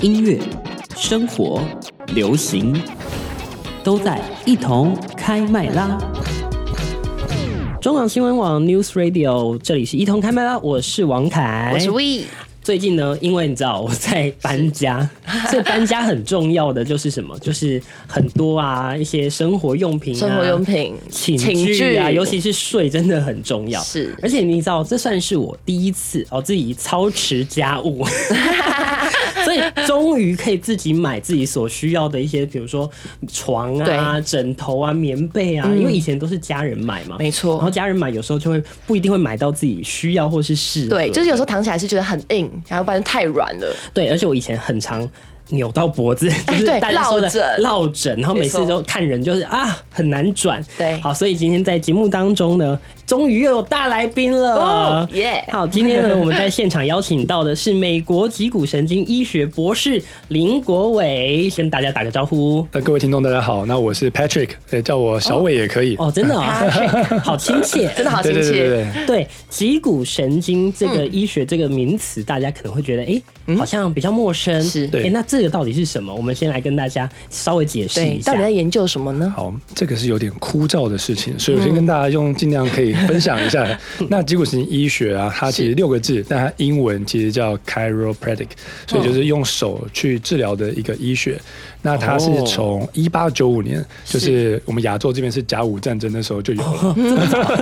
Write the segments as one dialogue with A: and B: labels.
A: 音乐、生活、流行，都在一同开麦啦！中广新闻网 News Radio，这里是一同开麦啦，我是王凯，
B: 我是 We。
A: 最近呢，因为你知道我在搬家，所以搬家很重要的就是什么？就是很多啊一些生活用品、啊、
B: 生活用品、
A: 寝
B: 寝
A: 具
B: 具
A: 啊，尤其是睡真的很重要。
B: 是
A: 而且你知道，这算是我第一次哦自己操持家 务。所以终于可以自己买自己所需要的一些，比如说床啊、
B: 对嗯
A: 枕头啊、棉被啊，因为以前都是家人买嘛，
B: 没错
A: 然后家人买有时候就会不一定会买到自己需要或是适合的。
B: 对，就是有时候躺起来是觉得很硬，然后不然太软 了。
A: 对，而且我以前很常扭到脖子， 就是
B: 哎对
A: 大家说的
B: 落枕
A: 落枕，然后每次
B: 没错
A: 都看人就是啊很难转。
B: 对
A: 好，所以今天在节目当中呢，终于又有大来宾了
B: 哦，耶
A: 好，今天呢我们在现场邀请到的是美国脊骨神经医学博士林国伟，先大家打个招呼。
C: 呃，各位听众大家好，那我是 Patrick，呃，叫我小伟也可以。
A: 哦，真 的啊、好亲切，
B: 真的好
C: 对
B: 亲
C: 对
B: 切，
C: 对对对，
A: 对脊骨神经这个医学这个名词，大家可能会觉得，哎、好像比较陌生。
B: 嗯是
A: 哎、
C: 对
A: 那这个到底是什么？我们先来跟大家稍微解释
B: 对
A: 一，下
B: 到底。在研究什 么呢？
C: 好，这个是有点枯燥的事情，所以
A: 嗯
C: 我先跟大家用尽量可以分 享一下。那脊骨神经医学啊，它其实六个字，但它英文其实叫 chiropractic，所以
A: 嗯
C: 就是用手去治疗的一个医学。那它是
A: 哦
C: 从一八九五年，就是我们亚洲这边是甲午战争的时候就有了。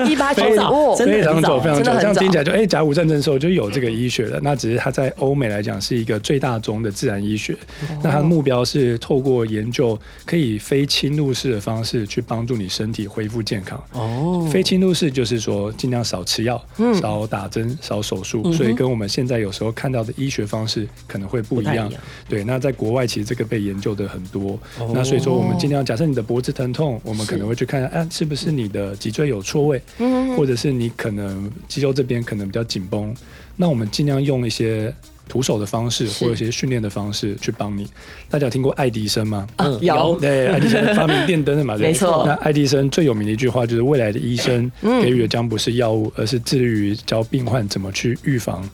B: 一八九哦
A: 好早，
B: 五，
A: 真
C: 非
A: 的很
C: 常
A: 早
C: 早，非常
B: 真的
C: 早。
B: 很
C: 这样
B: 早
C: 听起来就哎，甲午战争的时候就有这个医学了。那只是它在欧美来讲是一个最大宗的自然医学。那它的目标是透过研究可以非侵入式的方式去帮助你身体恢复健康。
A: 哦，
C: 非侵入式就是说尽量少吃药、少打针、少手术，所以跟我们现在有时候看到的医学方式可能会不一
A: 不太
C: 样。
A: 一样
C: 对，那在国外其实这个被研究的很多。那所以说我们尽量，假设你的脖子疼痛，我们可能会去看，哎、是不是你的脊椎有错位，或者是你可能肌肉这边可能比较紧绷，那我们尽量用一些。徒手的方式，或者一些训练的方式去帮你。大家有听过爱迪生吗？
A: 嗯
B: 有
C: 对，爱迪生发明电灯的嘛，对
B: 没
C: 不对
B: 错
C: 那爱迪生最有名的一句话就是：未来的医生给予的将不是药物，而是至于教病患怎么去预防，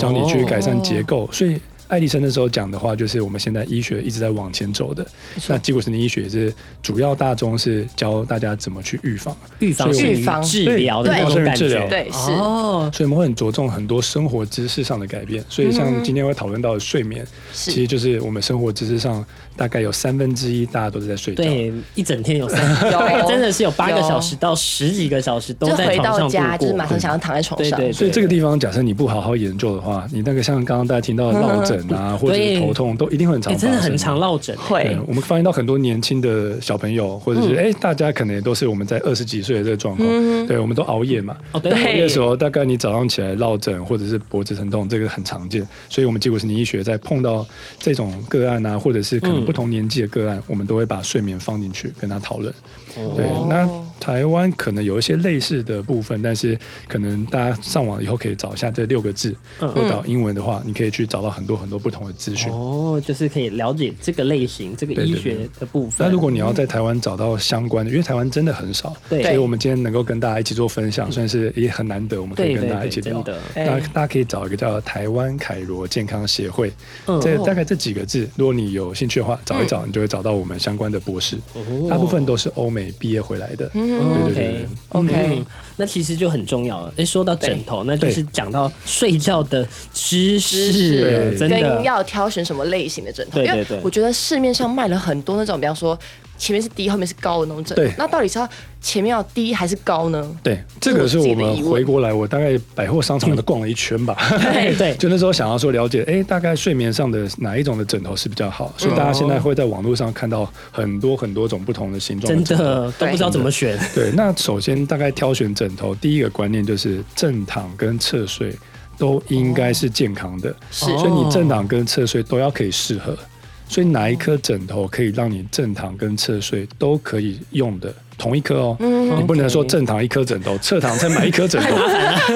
C: 教你去改善结构。所以。爱迪生那时候讲的话，就是我们现在医学一直在往前走的。那结果神经医学也是主要大宗是教大家怎么去预防，
A: 预防
C: 所
A: 胜
C: 以
A: 于
C: 我们
B: 预防
A: 治疗的
B: 对
A: 那种感
C: 预防胜于治
A: 觉，
C: 疗
B: 对是
A: 哦，
C: 所以我们会很着重很多生活知识上的改变。所以像今天会讨论到的睡眠，
B: 是
C: 其实就是我们生活知识上大概有三分之一大家都是在睡觉。
A: 对，一整天有 三，大概 真的是有八个小时到十几个小时都
B: 就
A: 在
B: 回
A: 床
B: 到
A: 上
B: 家
A: 度
B: 就是
A: 过
B: 马。上想要躺在床
A: 对
B: 上，
A: 对，
C: 所以这个
A: 对
C: 地方，假设你不好好研究的话，你那个像刚刚大家听到的落枕 啊，或者
A: 对
C: 是头痛，都一定会很常
A: 哎
C: 发生。
A: 真的很常落枕，
B: 会
C: 对，我们发现到很多年轻的小朋友，或者是哎、大家可能也都是我们在二十几岁的这个状况。对，我们都熬夜嘛。
A: 哦对
C: 熬夜的时候，大概你早上起来落枕或者是脖子疼痛，这个很常见。所以我们结果神经医学在碰到这种个案啊，或者是可能
A: 嗯
C: 不同年纪的个案，我们都会把睡眠放进去跟他讨论。
A: 哦
C: 对，那台湾可能有一些类似的部分，但是可能大家上网以后可以找一下这六个字，或找英文的话，你可以去找到很多很多不同的资讯。
A: 嗯哦，就是可以了解这个类型、这个
C: 对对
A: 医
C: 对
A: 学的部分。
C: 那如果你要在台湾找到相关的，因为台湾真的很少，
A: 对
C: 所以我们今天能够跟大家一起做分享，算是也很难得，我们可以
A: 对
C: 跟
A: 对
C: 大家
A: 对
C: 一起聊
A: 真的。
C: 那
B: 哎
C: 大家可以找一个叫台湾凯罗健康协会
A: 嗯，
C: 这大概这几个字，如果你有兴趣的话，找一找，你就会找到我们相关的博士，
A: 哦
C: 大部分都是欧美毕业回来的，
A: 嗯
C: 对对对对
A: OK。
B: ，OK，
A: 嗯，那其实就很重要了。哎，说到枕头，那就是
C: 对
A: 讲到睡觉的知识了，
C: 对
A: 真
B: 跟
A: 的。
B: 要挑选什么类型的枕头，
A: 对
B: 因
A: 对
B: 为
A: 对
B: 我觉得市面上卖了很多那种，比方说前面是低，后面是高的那种枕头
C: 对，
B: 那到底是要前面要低还是高呢？
C: 对，这个是我们回过来，我大概百货商场都逛了一圈吧。
A: 对 对
C: 就那时候想要说了解，哎、大概睡眠上的哪一种的枕头是比较好，所以大家现在会在网络上看到很多很多种不同的形状
A: 真
C: 枕头。
A: 的都不知道怎么选。
C: 对，那首先大概挑选枕头，第一个观念就是正躺跟侧睡都应该是健康的，
B: 哦是哦
C: 所以你正躺跟侧睡都要可以适合。所以哪一颗枕头可以让你正躺跟侧睡都可以用的同一颗哦？你不能说
A: OK
C: 正躺一颗枕头，侧躺再买一颗枕头。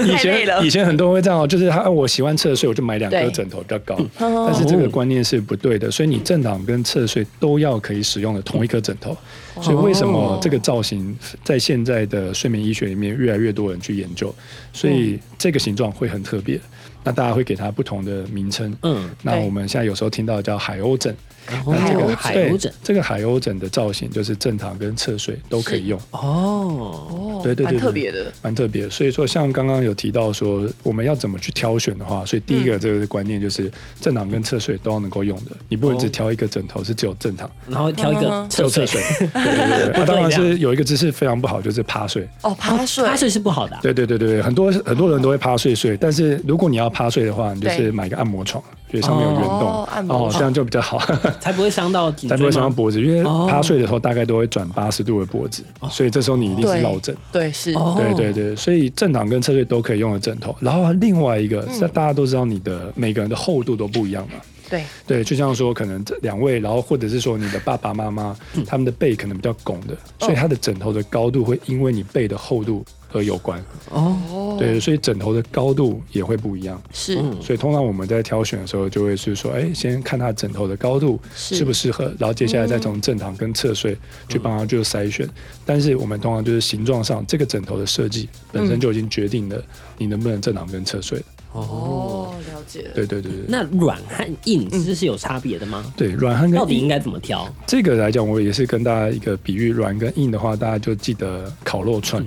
C: 以
B: 嗯太累了
C: 前以前很多人会这样哦，就是他啊我喜欢侧睡，我就买两颗
B: 对嗯哦
C: 枕头比较高。但是这个观念是不对的，所以你正躺跟侧睡都要可以使用的同一颗枕头。所以为什么这个造型在现在的睡眠医学里面越来越多人去研究？所以这个形状会很特别。那大家会给它不同的名称。
A: 嗯，
C: 那
B: 对
C: 我们现在有时候听到叫海鸥枕，
A: 然后
C: 那这个
A: 哦海
C: 对
A: 鸥枕
C: 这个海鸥枕的造型就是正常跟侧睡都可以用。
A: 哦，
B: 哦，
C: 对对对
B: 蛮特
C: 对
B: 别的，
C: 蛮特别的。所以说，像刚刚有提到说，我们要怎么去挑选的话，所以第
A: 嗯
C: 一个这个观念就是正躺跟侧睡都要能够用的，你不能
A: 哦
C: 只挑一个枕头是只有 正躺。
A: 然后挑一
B: 嗯
A: 个
B: 哼
C: 只有
A: 侧
C: 侧
A: 睡，
C: 睡，对对对对。
A: 不
C: 啊当然
A: 对
C: 是有一个姿势非常不好，就是趴睡。
B: 哦，趴 睡，
A: 趴睡是不好的啊、
C: 对对对对对，很多很多人都会趴睡睡，但是如果你要趴睡的话，你就是
B: 对
C: 买个按摩床，就是上面有圆洞，
B: 哦按摩
C: 这
B: 床
C: 样就比较好。
A: 才不会伤到 颈
C: 才
A: 椎
C: 不
A: 吗
C: 会伤到脖子，因为
A: 哦
C: 趴睡的时候大概都会转八十度的脖子，所以这时候你一定是落枕。
B: 对是，
A: 哦
C: 对对对，所以正躺跟侧睡都可以用的枕头。然后另外
A: 嗯
C: 一个，是大家都知道你的每个人的厚度都不一样嘛。
B: 对
C: 对，就像说可能这两位，然后或者是说你的爸爸妈妈，
A: 嗯
C: 他们的背可能比较拱的，所
A: 哦
C: 以他的枕头的高度会因为你背的厚度而有关。
A: 哦，
B: 哦，
C: 对，所以枕头的高度也会不一样。
B: 是，
A: 嗯
C: 所以通常我们在挑选的时候，就会是说，哎，先看它枕头的高度
B: 是
C: 适不适合，然后接下
A: 嗯
C: 来再从正躺跟侧睡去帮它就是筛选。但是我们通常就是形状上，这个枕头的设计
A: 嗯
C: 本身就已经决定了你能不能正躺跟侧睡了。
B: 哦，了解了，
C: 对对对对对。
A: 那软和硬这是有差别的吗？
C: 对软和
A: 到
C: 跟
A: 底应
C: 硬
A: 该怎么挑？
C: 这个来讲，我也是跟大家一个比喻，软跟硬的话，大家就记得烤肉串，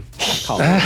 A: 靠，
C: 哎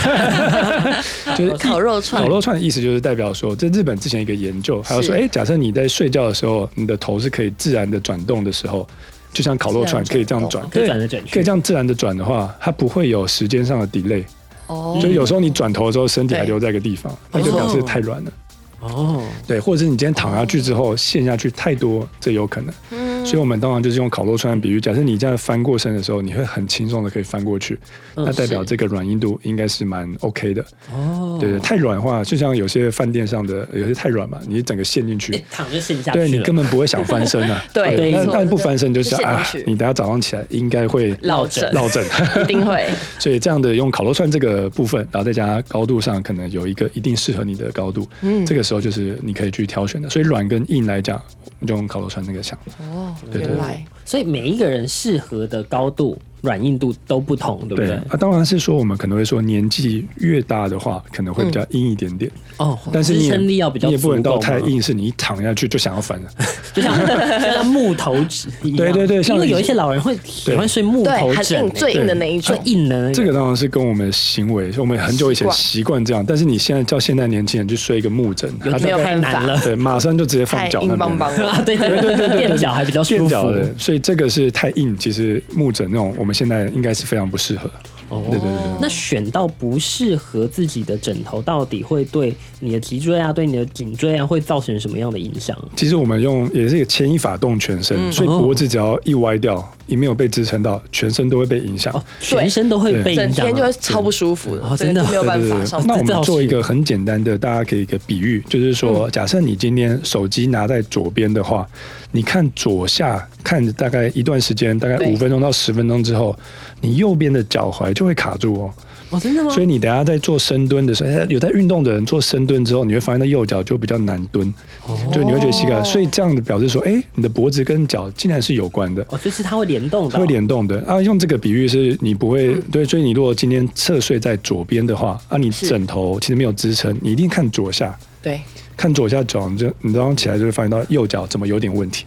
C: 就是
B: 烤肉串
C: 烤，肉串的意思就是代表说，在日本之前一个研究，还有说，
B: 是
C: 哎、假设你在睡觉的时候，你的头是可以自然的转动的时候，就像烤肉串
B: 自
C: 可以
B: 然
C: 这样
B: 转动
C: 转，
A: 可以转来转去
C: 可以这样自然的转的话，它不会有时间上的 delay。
B: 哦，
C: 就是有时候你转头的时候，身体还
B: 对
C: 留在一个地方，那就表示太软了。
A: 哦，
C: 对，或者是你今天躺下去之后陷下去太多，这有可能。
B: 嗯
C: 所以我们当然就是用烤肉串的比喻，假设你这样翻过身的时候，你会很轻松的可以翻过去，
A: 嗯
C: 那代表
B: 是
C: 这个软硬度应该是蛮 OK 的。
A: 哦，
C: 对对，太软的话，就像有些饭店上的有些太软嘛，你整个陷进去
B: 哎
A: 诶，躺着陷下去了，
C: 对你根本不会想翻身啊。
B: 对
A: 对
C: 但
A: 没错
C: 但不翻身就是
B: 就陷
C: 啊
B: 进去，
C: 你等下早上起来应该会
B: 落枕
C: 落枕。
B: 一定会，
C: 所以这样的用烤肉串这个部分，然后再加上高度上可能有一个一定适合你的高度，嗯，这个时候就是你可以去挑选的。所以软跟硬来讲，你就用烤肉串那个想。
A: 嗯
B: 哦，
C: 对对
B: 原来
A: 所以每一个人适合的高度、软硬度都不同，对不对？
C: 啊，当然是说我们可能会说年纪越大的话，可能会比较硬一点点，
A: 嗯哦，
C: 但是你
A: 支
C: 也
A: 撑力要比较
C: 你也不能到
A: 足够嘛
C: 太，硬，是你一躺下去就想要翻了。
A: 就 像就像木头纸一样。
C: 对对对像
A: 因为有一些老人会喜欢睡木头
B: 对，很
A: 枕
B: 硬，，最硬的那一
A: 最
B: 种，
A: 硬的那个
C: 这个当然是跟我们的行为，我们很久以前习惯这样，但是你现在叫现代年轻人去睡一个木枕，他
B: 没
C: 大
B: 有
C: 概
A: 太难了
C: 对，马上就直接放
B: 太
C: 脚那
B: 硬邦
C: 边
B: 邦
C: 了。
A: 啊，
B: 了，
A: 对对对对，垫脚还比较舒
C: 垫
A: 服。
C: 脚的，所以这个是太硬。其实木枕那种，我们现在应该是非常不适合。
A: 哦
C: 对对对对
A: 那选到不适合自己的枕头，到底会对你的脊椎啊，对你的颈椎啊，会造成什么样的影响？
C: 其实我们用也是一个牵一发动全
B: 嗯
C: 身，所以脖子只要一歪掉，一没有被支撑到，全身都会被影响。
A: 哦，全身都会被
C: 对
A: 影
B: 整
A: 响
B: 天就
A: 啊。
B: 会超不舒服
A: 哦
B: 的，
A: 真的
B: 这个就没有
C: 对
B: 办
C: 对
B: 法
C: 对
B: 上
C: 那我
A: 这倒
C: 们做
A: 是
C: 一个很简单的，大家可以一个比喻，就是说，假设你今天手机拿在左边的话，你看左下看大概一段时间，大概
B: 对
C: 五分钟到十分钟之后，你右边的脚踝就会卡住哦。
A: 哦，真的吗？
C: 所以你等一下在做深蹲的时候，哎有在运动的人做深蹲之后，你会发现他右脚就比较难蹲，
B: 哦
C: 就你会觉得膝盖。所以这样的表示说，哎，你的脖子跟脚竟然是有关的。
A: 哦，就是它会联动的哦，
C: 会联动的啊，用这个比喻是你不会、
B: 嗯
C: 对，所以你如果今天侧睡在左边的话，啊，你
B: 是
C: 枕头其实没有支撑，你一定看左下，
B: 对，
C: 看左下角，你就你早上起来就会发现到右脚怎么有点问题，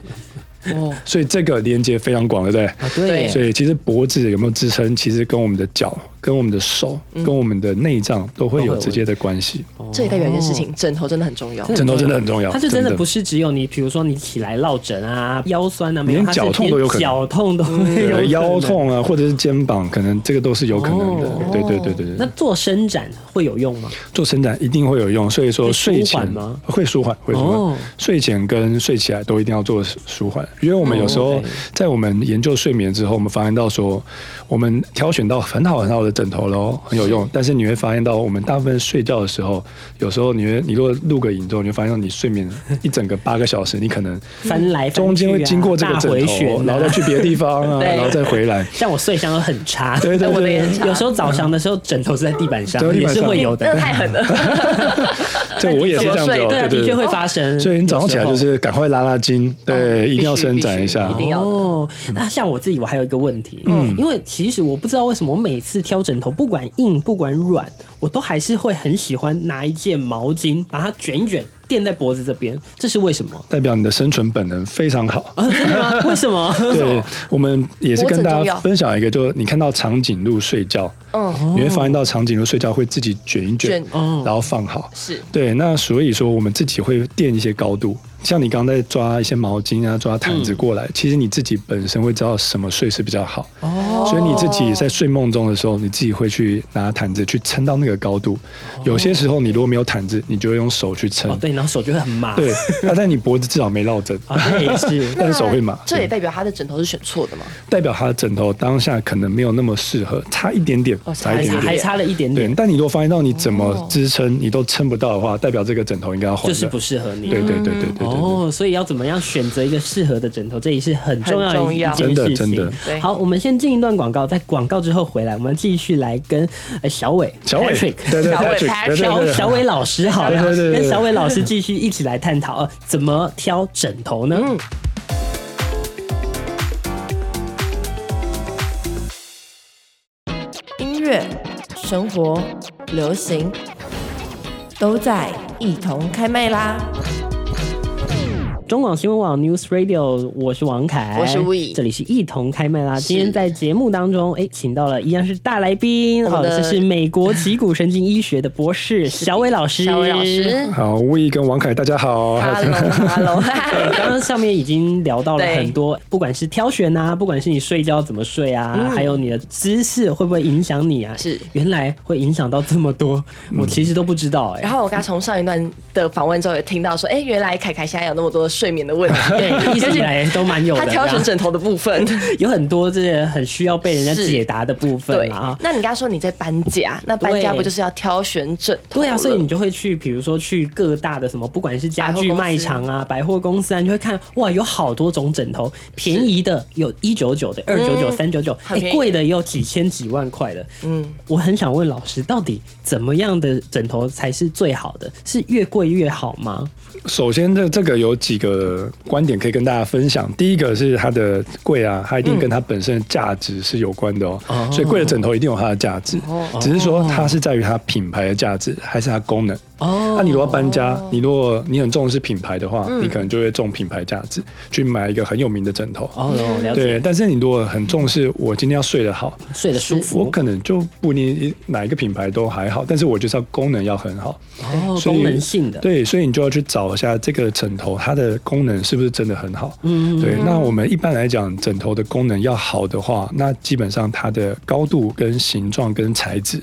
B: 哦，
C: 所以这个连接非常广，对不对？
A: 啊，对耶，
C: 所以其实脖子有没有支撑，其实跟我们的脚、跟我们的手、跟我们的内脏都会有直接的关系。
B: 这也代表一件事情，枕头真的很重要，
C: 枕头真的很重要
A: 嗯它就真
C: 真
A: 的
C: 的
A: 不是只有你，比如说你起来落枕啊、腰酸啊，没有，
C: 连
A: 它是
C: 脚痛
A: 连
C: 都有可能
A: 脚痛都会有可
C: 对
A: 能
C: 腰。痛啊，或者是肩膀，可能这个都是有可能的。
A: 哦
C: 对对对对
A: 那
C: 对，
A: 做伸展会有用吗？
C: 做伸展一定会有用，所以说
A: 会舒
C: 睡
A: 缓
C: 前
A: 吗
C: 会舒缓，会舒缓。
A: 哦
C: 睡前跟睡起来都一定要做舒缓，因为我们有时
A: 哦
C: 候
A: ，OK
C: 在我们研究睡眠之后，我们发现到说，我们挑选到很好很好的枕头喽，很有用。但是你会发现到，我们大部分睡觉的时候，有时候你会，你如果录个影之后，你会发现到你睡眠一整个八个小时，你可能
A: 翻来翻去啊
C: 中间会经过这个
A: 大
C: 枕
A: 回旋
C: 头，
A: 啊
C: 然后再去别的地方 啊，
B: 对
C: 然后再回来。
A: 像我睡相都很差，
C: 对对
B: 我的
C: 对
B: 也很，差
A: 有时候早上的时候枕头是在地板上
C: 对，
A: 也
C: 地板
A: 是
C: 上
A: 会有
B: 那
A: 的。
B: 太狠了，
C: 这我也是这样子哦，
A: 对啊， 的
C: 对对
A: 确
C: 对。
A: 会发生。
C: 所以你早上起来就
A: 有时候
C: 是赶快拉拉筋，对，一定要伸展一下
B: 必须必须一。定要的
A: 哦，那像我自己，我还有一个问题，嗯，因为其实我不知道为什么我每次挑枕头，不管硬不管软，我都还是会很喜欢拿一件毛巾把它卷一卷，垫在脖子这边，这是为什么？
C: 代表你的生存本能非常好。
A: 啊，真的吗？ 为什么？
C: 对，我们也是
B: 脖子
C: 跟大
B: 重
C: 家
B: 要
C: 分享一个，就是你看到长颈鹿睡觉，
B: 嗯，
C: 你会发现到长颈鹿睡觉会自己卷一卷
B: 卷，
A: 哦
C: 然后放好。
B: 是
C: 对，那所以说我们自己会垫一些高度，像你刚刚在抓一些毛巾啊、抓毯子过来，其实你自己本身会知道什么睡是比较好，
A: 哦
C: 所以你自己在睡梦中的时候，你自己会去拿毯子去撑到那个高度。有些时候你如果没有毯子，你就会用手去撑
A: 哦，，对，然后手就会很麻。
C: 对，那但你脖子至少没落枕，
A: 啊，这 也是。
C: 但是手会麻。
B: 这也代表他的枕头是选错的嘛？
C: 代表他的枕头当下可能没有那么适合，差一点点，
B: 哦差
C: 一
A: 还
B: 一
C: 点
A: 差
B: 点
A: 还
C: 点。
A: 差了一点
C: 对
A: 点，，
C: 但你如果发现到你怎么
B: 哦
C: 支撑你都撑不到的话，代表这个枕头应该要换
A: 就
C: 了。
A: 是不适合你。
C: 对对对对对对对。
A: 哦，所以要怎么样选择一个适合的枕头，这也是很重要的
B: 很重
A: 一
B: 要
A: 件事情。
C: 真的真的
B: 对
A: 好，我们先进一段广告，在广告之后回来，我们继续来跟呃小伟、
C: 小伟，对
A: Patrick
C: 对对
B: 小伟
C: Patrick，对对
A: 小
C: 对
A: 小伟老师好了，
C: 对对对对
A: 跟小伟老师继续一起来探讨呃怎么挑枕头呢？
B: 嗯
D: 音乐、生活、流行，都在一同开麦啦！
A: 中广新闻网 News Radio，我是王凯，
B: 我是 We
A: 这里是一同开麦啦。今天在节目当中，哎，请到了一样是大来宾，
B: 我们
A: 哦，
B: 的
A: 这是美国脊骨神经医学的博 士小伟老师，
B: 小伟老。师
C: 好，We 跟王凯，大家好。
B: ，Hello，Hello，
A: 对，刚刚上面已经聊到了
B: 对
A: 很多，不管是挑选啊，不管是你睡觉怎么睡啊，还有你的姿势会不会影响你啊？
B: 嗯是嗯
A: 原来会影响到这么多，我其实都不知道哎、
B: 然后我刚从上一段的访问之后也听到说，哎，原来凯凯现在有那么多睡眠的 问题，
A: 对，一直以来都蛮有的
B: 他
A: 这
B: 挑
A: 样，
B: 选枕头的部分。
A: 有很多这些很需要被人家
B: 是
A: 解答的部分
B: 对
A: 啊。
B: 那你刚刚说你在搬家，那搬家
A: 对
B: 不就是要挑选枕头了？
A: 对啊，所以你就会去，比如说去各大的什么，不管是家具
B: 百货公司
A: 卖场啊、百货公司啊，你就会看哇，有好多种枕头，便宜的有一九九的、二九九、三九九，
B: 嗯很
A: 哎，
B: 便宜
A: 贵的也有几千几万块的。嗯
B: 嗯，
A: 我很想问老师，到底怎么样的枕头才是最好的？是越贵越好吗？
C: 首先，这这个有几个观点可以跟大家分享。第一个是它的贵啊，它一定跟它本身的价值是有关的哦。
A: 哦
C: 所以贵的枕头一定有它的价值，只是说它是在于它品牌的价值还是它功能。
A: 哦嗯
C: 那、你如果要搬家，你如果你很重视品牌的话，你可能就会重品牌价值去买一个很有名的枕头。
A: 哦，了解，
C: 对，但是你如果很重视我今天要睡得好，
A: 睡得舒
C: 我
A: 服，
C: 可能就不一定哪一个品牌都还好，但是我就是要功能要很好。
A: 哦，
C: 所以
A: 功能性的，
C: 对，所以你就要去找一下这个枕头它的功能是不是真的很好。
A: 嗯，
C: 对，那我们一般来讲，枕头的功能要好的话，那基本上它的高度、跟形状、跟材质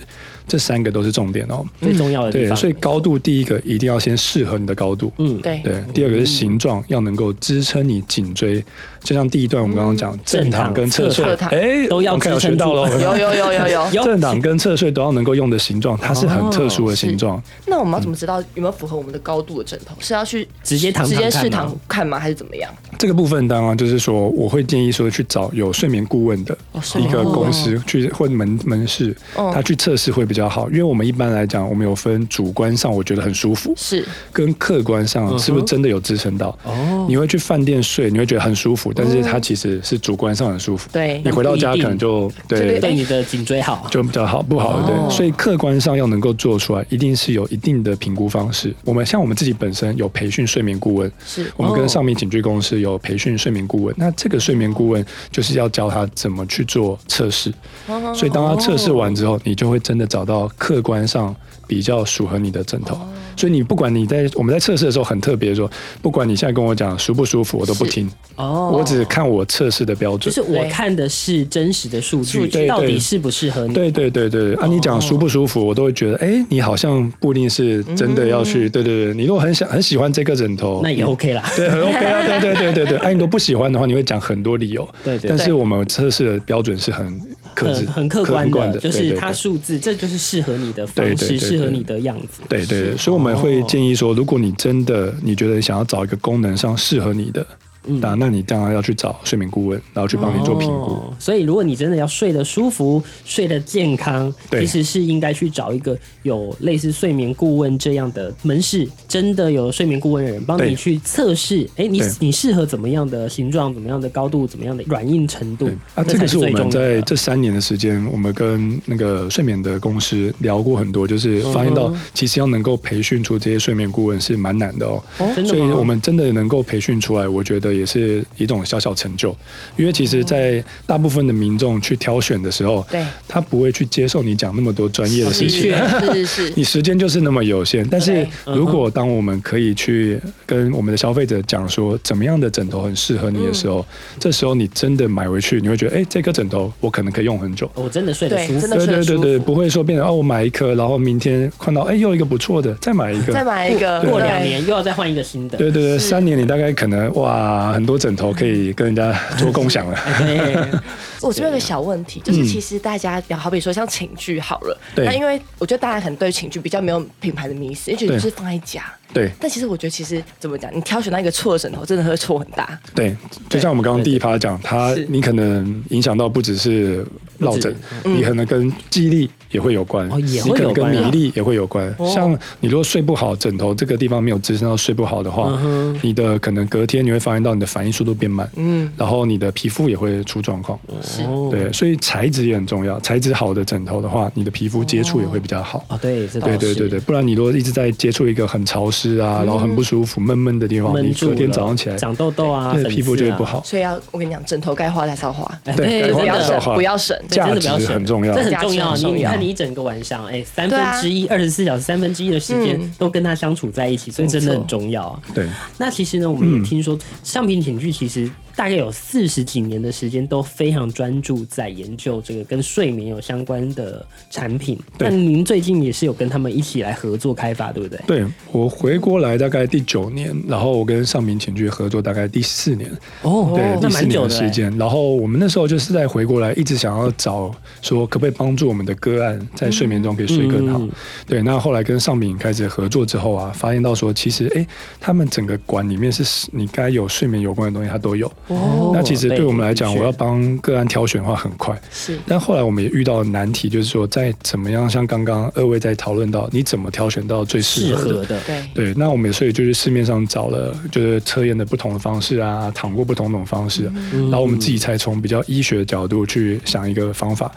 C: 这三个都是重点哦。
A: 最重要的地
C: 对，
A: 方。
C: 所以高度第一个一定要先适合你的高度。
A: 嗯，
B: 对
C: 对，第二个是形状，要能够支撑你颈椎。就像第一段我们刚刚
A: 嗯
C: 讲，正躺跟侧睡
B: 侧，躺
C: 哎，
A: 都要
C: 我看有
A: 支撑
C: 学到
A: 住
C: 了。
B: 有有有有有。
A: 有
C: 正躺跟侧睡都要能够用的形状，它是很特殊的形状。
B: 那我们要怎么知道有没有符合我们的高度的枕头？是要去
A: 直接躺
B: 直接
A: 躺看
B: 试
A: 吗
B: 躺看吗？还是怎么样？
C: 这个部分当然就是说，我会建议说去找有睡眠顾问的一个公司去或门门市，他去测试会比较好。因为我们一般来讲，我们有分主观上我觉得很舒服，
B: 是
C: 跟客观上是不是真的有支撑到。
A: 哦
C: 你会去饭店睡，你会觉得很舒服，但是它其实是主观上很舒服。
B: 对
C: 你回到家可能就对
A: 对你的颈椎好。哦
C: 就比较好，不好对，所以客观上要能够做出来，一定是有一定的评估方式。我们像我们自己本身有培训睡眠顾问，
B: 是
C: 我们跟上面景居公司有培训睡眠顾
A: 哦
C: 问。那这个睡眠顾问就是要教他怎么去做测试，
A: 哦
C: 所以当他测试完之后，你就会真的找到客观上比较符合你的枕
A: 哦
C: 头。所以你不管你在我们在测试的时候很特别说，不管你现在跟我讲舒不舒服，我都不听，
A: 哦
C: 我只看我测试的标
A: 就
C: 准
A: 是。我看的是真实的数
C: 数
A: 据，
C: 据
A: 到底
C: 对
A: 适不适合你？
C: 对对对对，啊，你讲舒
A: 哦
C: 不舒服，我都会觉得，哎，你好像不一定是真的要去，对对对，你如果很想很喜欢这个枕
A: 嗯
C: 头，嗯
A: 那也 OK 啦。
C: 对，很 OK 啊，对对对对对，哎，你都不喜欢的话，你会讲很多理由，
A: 对对
C: 但是我们测试的标准是很克制
A: 很、很客观的，就
C: 对
A: 是
C: 对
A: 它
C: 对
A: 数字，这就是适合你的
C: 对
A: 方
C: 对
A: 式，
C: 对
A: 适合
C: 对
A: 你的样子。
C: 对
A: 哦
C: 对对，所以我们会建议说，如果你真的你觉得想要找一个功能上适合你的，那那你当然要去找睡眠顾问，然后去帮你做评估。
A: 嗯哦。所以，如果你真的要睡得舒服、睡得健康，
C: 对
A: 其实是应该去找一个有类似睡眠顾问这样的门市，真的有睡眠顾问的人帮
C: 对
A: 你去测试，哎，你
C: 对
A: 你适合怎么样的形状、怎么样的高度、怎么样的软硬程度
C: 对，啊，
A: 那
C: 这
A: 才
C: 个是我
A: 最重
C: 们
A: 要
C: 在
A: 的。
C: 这三年的时间，我们跟那个睡眠的公司聊过很多，就是
A: 嗯
C: 发现到其实要能够培训出这些睡眠顾问是蛮难的哦。
A: 真的
C: 所以
A: 吗
C: 我们真的能够培训出来，我觉得也是一种小小成就。因为其
A: 哦
C: 实，在大部分的民众去挑选的时候，
B: 对
C: 他不会去接受你讲那么多专业的事
A: 的
C: 情
A: 确。
B: 是是是，
C: 你时间就是那么有限，但是
B: 对嗯
C: 如果当我们可以去跟我们的消费者讲说怎么样的枕头很适合你的时候，
B: 嗯
C: 这时候你真的买回去，你会觉得，哎、这个枕头我可能可以用很久。
A: 哦我真的睡得
B: 对
A: 舒服
B: 真。的
C: 对
B: 是
C: 对
B: 很舒
C: 对
B: 服
C: 对，不会说变成哦，我买一颗，然后明天看到哎、又一个不错的，再买一个，
B: 再买一个，
A: 过
B: 对
A: 两年又要再换一个新的，
C: 对对对，三年你大概可能哇，很多枕头可
B: 嗯
C: 以跟人家做共享 了。
A: 对，
B: 我这边有个小问题，就是
C: 嗯
B: 其实大家，比好比说像寝具好了，
C: 对
B: 那因为我觉得大家可能对寝具比较没有品牌的迷思，因为觉得
C: 对
B: 就是放在家。
C: 对
B: 但其实我觉得，其实怎么讲，你挑选到一个错的枕头，真的会错很大。
C: 对，就像我们刚刚第一趴讲，它
A: 是
C: 你可能影响到不只是落枕，你可能跟记忆力也会有关，
A: 嗯哦也
C: 你
A: 会
C: 可
A: 有
C: 能跟
A: 关啊哦
C: 免疫力也会有关。像你如果睡不好，枕头这个地方没有支撑到睡不好的
A: 嗯
C: 话，你的可能隔天你会发现到你的反应速度变慢，嗯，然后你的皮肤也会出状况。
B: 是
A: 哦
C: 对，所以材质也很重要，材质好的枕头的话，你的皮肤接触也会比较好。
A: 哦，对，这倒
C: 对对
A: 是嗯
C: 对对，，不然你如果一直在接触一个很潮湿啊，然后很不舒服、闷闷的地方，
A: 闷
C: 你
A: 住
C: 隔天
A: 了
C: 早上起来，
A: 长痘痘啊，
C: 对
A: 粉
C: 皮肤
A: 刺
C: 就会
A: 啊
C: 不。好。
B: 所以要我跟你讲，枕头该花的还是要花，
A: 哎
C: 对
A: 对，
C: 该花
B: 不
A: 真
B: 要
A: 的
C: 的
B: 省，
C: 花
B: 不要省。
A: 对真的不要
C: 价值
A: 省
C: 很重要
A: 这很重要。
B: 价值
A: 你
B: 很重
A: 你
B: 要
A: 看，你一整个晚上，哎，三
B: 对
A: 分
B: 啊
A: 之一、二十四小时、三分之一的时间
B: 嗯
A: 都跟他相处在一起，所以真的很重要啊。
C: 对，嗯
A: 那其实呢，我们也听说，上品寝具其实大概有四十几年的时间都非常专注在研究这个跟睡眠有相关的产品。
C: 对
A: 那您最近也是有跟他们一起来合作开发，对不对？
C: 对我回国来大概第九年，然后我跟上明寝具合作大概第四年，
A: 哦
C: 对，
A: 那
C: 第四
A: 蛮
C: 年
A: 久
C: 的
A: 的
C: 时间。然后我们那时候就是在回国来，一直想要找说可不可以帮助我们的个案在睡眠中可以睡更好。
A: 嗯
C: 对，那后来跟上明开始合作之后啊，发现到说其实哎，他们整个馆里面是你该有睡眠有关的东西，它都有。
A: 哦
C: 那其实对我们来讲，
A: 的确
C: 我要帮个案挑选的话很快。
B: 是
C: 但后来我们也遇到难题，就是说在怎么样，像刚刚二位在讨论到，你怎么挑选到最
A: 适
C: 适合的
A: 合的。
B: 对，
C: 对，那我们所以就是市面上找了，就是测验的不同的方式啊，躺过不同种方式啊、然后我们自己才从比较医学的角度去想一个方法。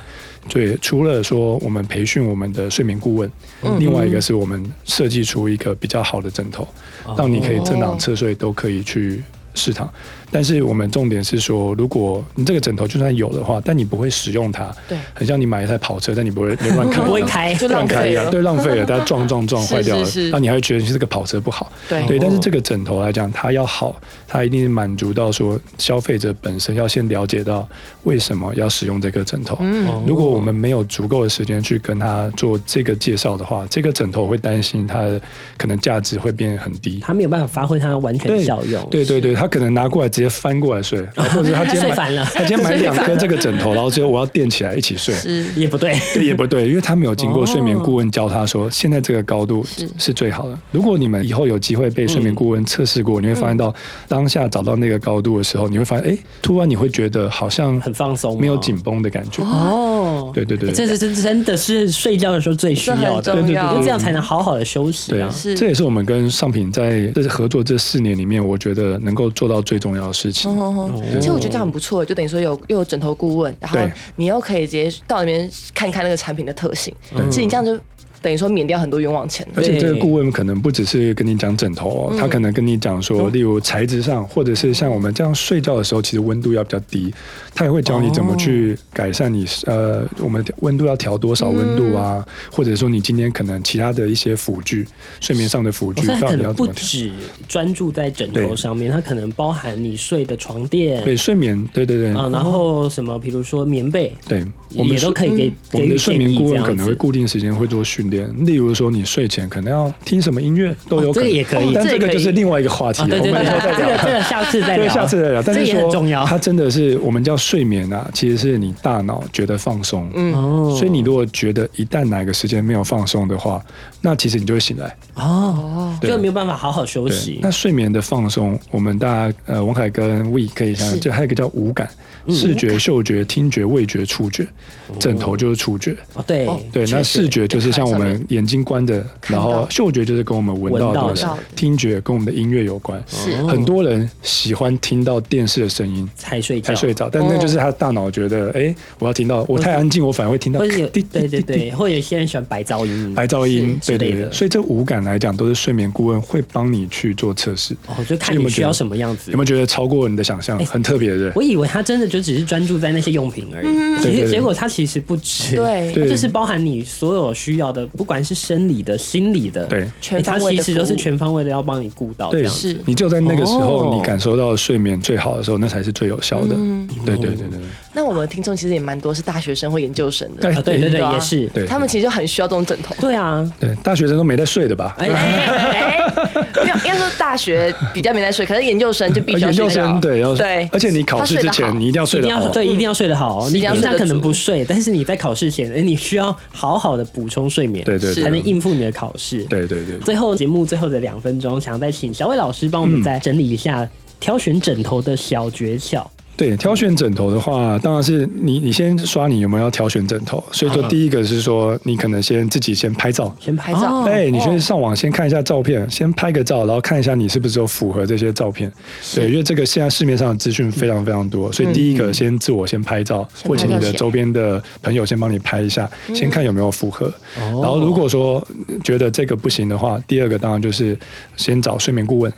C: 对，除了说我们培训我们的睡眠顾问，另外一个是我们设计出一个比较好的枕头，让你可以正躺侧睡都可以去试躺。但是我们重点是说，如果你这个枕头就算有的话，但你不会使用它，
B: 对
C: 很像你买一台跑车，但你不会你 乱开，
A: 不会开
B: 就
C: 乱
B: 浪
C: 开一
B: 费
C: 样，
B: 了。
C: 对，浪费了，大家撞撞撞
B: 是
C: 坏掉了
B: 是是，
C: 那你还会觉得这个跑车不好，
B: 对
C: 但是这个枕头来讲，它要好，它一定是满足到说消费者本身要先了解到为什么要使用这个枕头。
B: 嗯
A: 哦
C: 如果我们没有足够的时间去跟他做这个介绍的话，这个枕头我会担心它的可能价值会变很低。
A: 它没有办法发挥它完全的效用，
C: 对对对，他可能拿过来直接翻过来睡， 啊或者他今天
A: 睡
C: 买
A: 烦了
C: 他今天买两颗这个枕头，然后最后我要垫起来一起睡。
B: 是
A: 也不对。
C: 对，也不对，因为他没有经过睡眠顾问教他说，现在这个高度是最好的。如果你们以后有机会被睡眠顾问测试过，你会发现到当下找到那个高度的时候，你会发现，哎，突然你会觉得好像
A: 很放松吗
C: 没有紧绷的感觉。
A: 哦，
C: 对对对
A: 这是真真的是睡觉的时候最需要
B: 这
A: 的，
B: 很重要
A: 因为这样才能好好的休息
C: 对
A: 啊
C: 啊。，
B: 是
C: 这也是我们跟上品在这合作这四年里面，我觉得能够做到最重要的事情。
B: 其实我觉得这样很不错，就等于说有又有枕头顾问，然后
C: 哦对
B: 你又可以直接到那边看看那个产品的特性，其实你这样就等于说免掉很多冤枉钱。
C: 嗯而且这个顾问可能不只是跟你讲枕头、
A: 嗯
C: 哦，他可能跟你讲说，例如材质上，或者是像我们这样睡觉的时候，其实温度要比较低，他也会教你怎么去改善你、呃，我们温度要调多少温度啊，
A: 嗯
C: 或者说你今天可能其他的一些辅具，睡眠上的辅具
A: 所以它
C: 到
A: 可
C: 底要
A: 能不
C: 怎么调。
A: 止专注在枕头上面，它可能包含你睡的床垫
C: 对睡眠，对对对，
A: 啊，然后什么，比如说棉被，
C: 对，我们
A: 也都可以给给
C: 我们
A: 予
C: 的睡
A: 建
C: 眠
A: 议
C: 顾
A: 这
C: 问
A: 样
C: 可能会
A: 子。
C: 固定时间会做训边。例如说，你睡前可能要听什么音乐都有
A: 哦
C: 可
A: 这
C: 能，
A: 个也可以
C: 但
B: 这
C: 这
B: 个可
C: 个
B: 以
C: 就是另外一个话题
A: 哦，
C: 了，
A: 对
C: 我
A: 对
C: 们以后
A: 对，
C: 再
A: 这个
C: 聊。
A: 这个下次再
C: 对，
A: 哎聊，啊
C: 下次再聊。但
A: 这
C: 是
A: 也
C: 说
A: 很重要。
C: 它真的是我们叫睡眠啊，其实是你大脑觉得放松。
A: 哦
C: 所以你如果觉得一旦哪个时间没有放松的话，那其实你就会醒来。
A: 哦，
C: 对
A: 就没有办法好好休
C: 对
A: 息
C: 那。睡眠的放松，我们大家呃，王凯跟 We 可以想，
B: 是
C: 就还有一个叫五感：视觉、嗅觉、听觉、味觉、触觉。枕头就是触觉，
A: 哦，对
B: 哦
C: 对。那视觉就是像我们眼睛关的，
B: 看
C: 然
B: 到
C: 后嗅觉就是跟我们闻到的东西
B: 闻到的，
C: 听觉跟我们的音乐有关。
B: 是
A: 哦
C: 很多人喜欢听到电视的声音，
A: 才睡觉，
C: 才睡着，但那就是他大脑觉得，哎、我要听到，我太安静，我反而会听到
A: 或 者有
C: 滴
A: 对
C: 滴
A: 对
C: 滴滴
A: 对，或者有些人喜欢白噪音，
C: 白噪音，
A: 是
C: 对对
A: 之类
C: 对。
A: 的
C: 所以这五感来讲，都是睡眠顾问会帮你去做测试。
A: 哦，就
C: 所以
A: 看
C: 有
A: 你
C: 没有
A: 需
C: 觉
A: 要
C: 得
A: 什么样子
C: 有没。有觉得超过你的想象，很特别的？
A: 我以为他真的就只是专注在那些用品而已，
C: 对
A: 其
C: 对
A: 实
C: 对
A: 结果他其实不止，
B: 嗯对
A: 它
C: 对
A: 就是包含你所有需要的，不管是生理的、心理的，
C: 对
A: 哎
B: 全
A: 它
B: 方位
A: 其
B: 的
A: 实都是
B: 服务
A: 全方位的要帮你顾到这
C: 对
A: 样子。，
C: 你就在那个时候，
A: 哦
C: 你感受到睡眠最好的时候，那才是最有效的。对对对对对
B: 那我们的听众其实也蛮多是大学生或研究生的，
C: 对
A: 啊，对对对，
B: 啊
A: 也是，
C: 对
B: 他们其实就很需要这种枕头。
A: 对啊，
C: 对，大学生都没在睡的吧？
A: 哎哎，
B: 没有，应该说大学比较没在睡，可是研究生就必须要
C: 研究
B: 睡得
C: 呃生
B: 好
C: 对要
B: 对，
C: 而且你考试之
B: 他睡得
C: 前
B: 好
C: 你一定要 睡
A: 一定
C: 得好
A: 要，对，一定要睡得好。你
B: 嗯一定要
A: 平
B: 睡
A: 常
B: 得
A: 可能
B: 足
A: 不睡，但是你在考试前，哎，你需要好好的补充睡眠，
C: 对对对
A: 才能应付你的考试。
C: 对对对。
A: 最后节目最后的两分钟，想再请小伟老师帮我
C: 嗯
A: 们再整理一下挑选枕头的小诀窍。
C: 对，挑选枕头的话，当然是你你先刷你有没有要挑选枕头。所以说，第一个是说你可能先自己先拍照，
A: 先拍
B: 拍照
A: 哦
C: 哎、你先上网先看一下照片，先拍个照，然后看一下你是不是有符合这些照片。对，因为这个现在市面上的资讯非常非常多，所以第一个先自我先拍照，或请你的周边的朋友先帮你拍一下，先看有没有符合。然后如果说觉得这个不行的话，第二个当然就是先找睡眠顾问，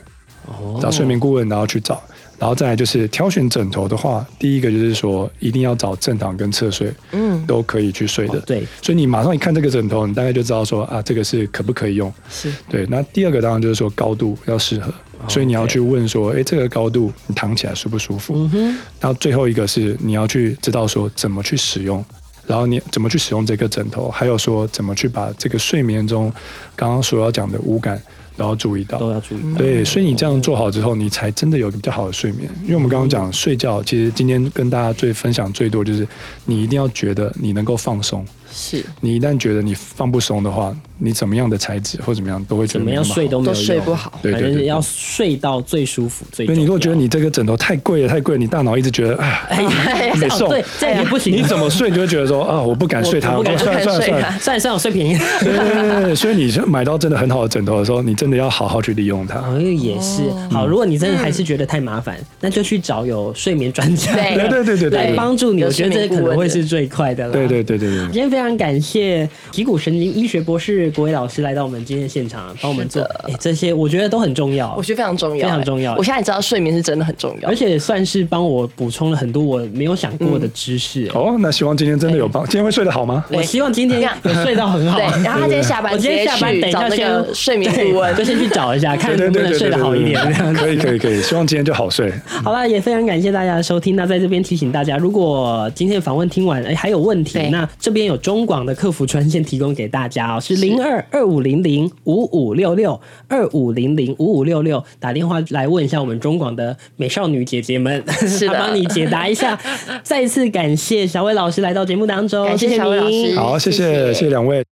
A: 哦
C: 找睡眠顾问，然后去找。然后再来就是挑选枕头的话，第一个就是说一定要找正躺跟侧睡，嗯，都可以去睡的。
A: 哦对
C: 所以你马上一看这个枕头，你大概就知道说啊，这个是可不可以用。
A: 是哦
C: 对，那第二个当然就是说高度要适合，所以你要去问说，哎诶，这个高度你躺起来舒不舒服？嗯哼。然后最后一个是你要去知道说怎么去使用，然后你怎么去使用这个枕头，还有说怎么去把这个睡眠中刚刚所要讲的五感，然后注意到。
A: 都要注意到。
C: 对，所以你这样做好之后，你才真的有比较好的睡眠。因为我们刚刚讲睡觉，其实今天跟大家最分享最多就是，你一定要觉得你能够放松。
B: 是
C: 你一旦觉得你放不松的话，你怎么样的材质或怎么样都会觉得
A: 怎么样
C: 没那
A: 睡
C: 好
A: 都没有
B: 都睡
A: 用
B: 不好
C: 对对
A: 反正
C: 对对
A: 要睡到最舒服最重
C: 所
A: 要。
C: 以你如果觉得你这个枕头太贵了，太贵了，你大脑一直觉得啊，
A: 哎呀，
C: 没
A: 这样
C: 送
B: 啊
A: 对，这啊样也不行。
C: 你怎么睡你就会觉得说啊，我不敢睡它，
A: 我
C: 我
A: 不
C: 就
A: 敢
C: 算
B: 睡
C: 了算了算
B: 它
C: 了。
A: 算一算我睡便宜？
C: 对对对对对，所以你就买到真的很好的枕头的时候，你真的要好好去利 用它。
A: 哦，也是好。如果你
B: 嗯
A: 真的还是觉得太麻烦，那就去找有睡眠专家
B: 对
C: 对对对对
A: 来
C: 对，
A: 帮助你。
B: 有
A: 我觉得这
B: 睡眠顾
A: 可能
B: 问
A: 会
B: 的
A: 是最快的了。
C: 对对对对对。
A: 今天非常感谢脊骨神经医学博士国伟老师来到我们今天的现场，帮我们做哎这些，我觉得都很重要，
B: 我觉得非常重要，欸
A: 非常重要
B: 我现在也知道睡眠是真的很重要
A: 而，且算是帮我补充了很多我没有想过的知识。
C: 哦，那希望今天真的有
A: 哎
C: 帮，今天会睡得好吗？
A: 我希望今天
B: 这样
A: 有睡到很好
B: 对。，然后他今天下班
A: 我
B: 直
A: 今天
B: 接
A: 下班等
B: 去
A: 一下
B: 找那个
A: 先
B: 睡眠顾问
A: 对，就先去找一下， 看
C: 对
A: 能
C: 对
A: 不
C: 对
A: 能
C: 对
A: 睡
C: 对
A: 得好一点。这样
C: 对，可以可以可以，希望今天就好睡。
A: 好啦，也非常感谢大家的收听。那在这边提醒大家，如果今天的访问听完，哎、还有问题
B: 对，
A: 那这边有中广的客服专线提供给大家哦，是零二二五零零五五六六二五零零五五六六，打电话来问一下我们中广的美少女姐姐们，
B: 是
A: 她
B: 的
A: 帮你解答一 下。再次感谢小伟老师来到节目当中，
B: 感
A: 谢
B: 谢
A: 谢
B: 小伟老
A: 您
B: 师
C: 好，谢
B: 谢谢
C: 谢谢谢两位。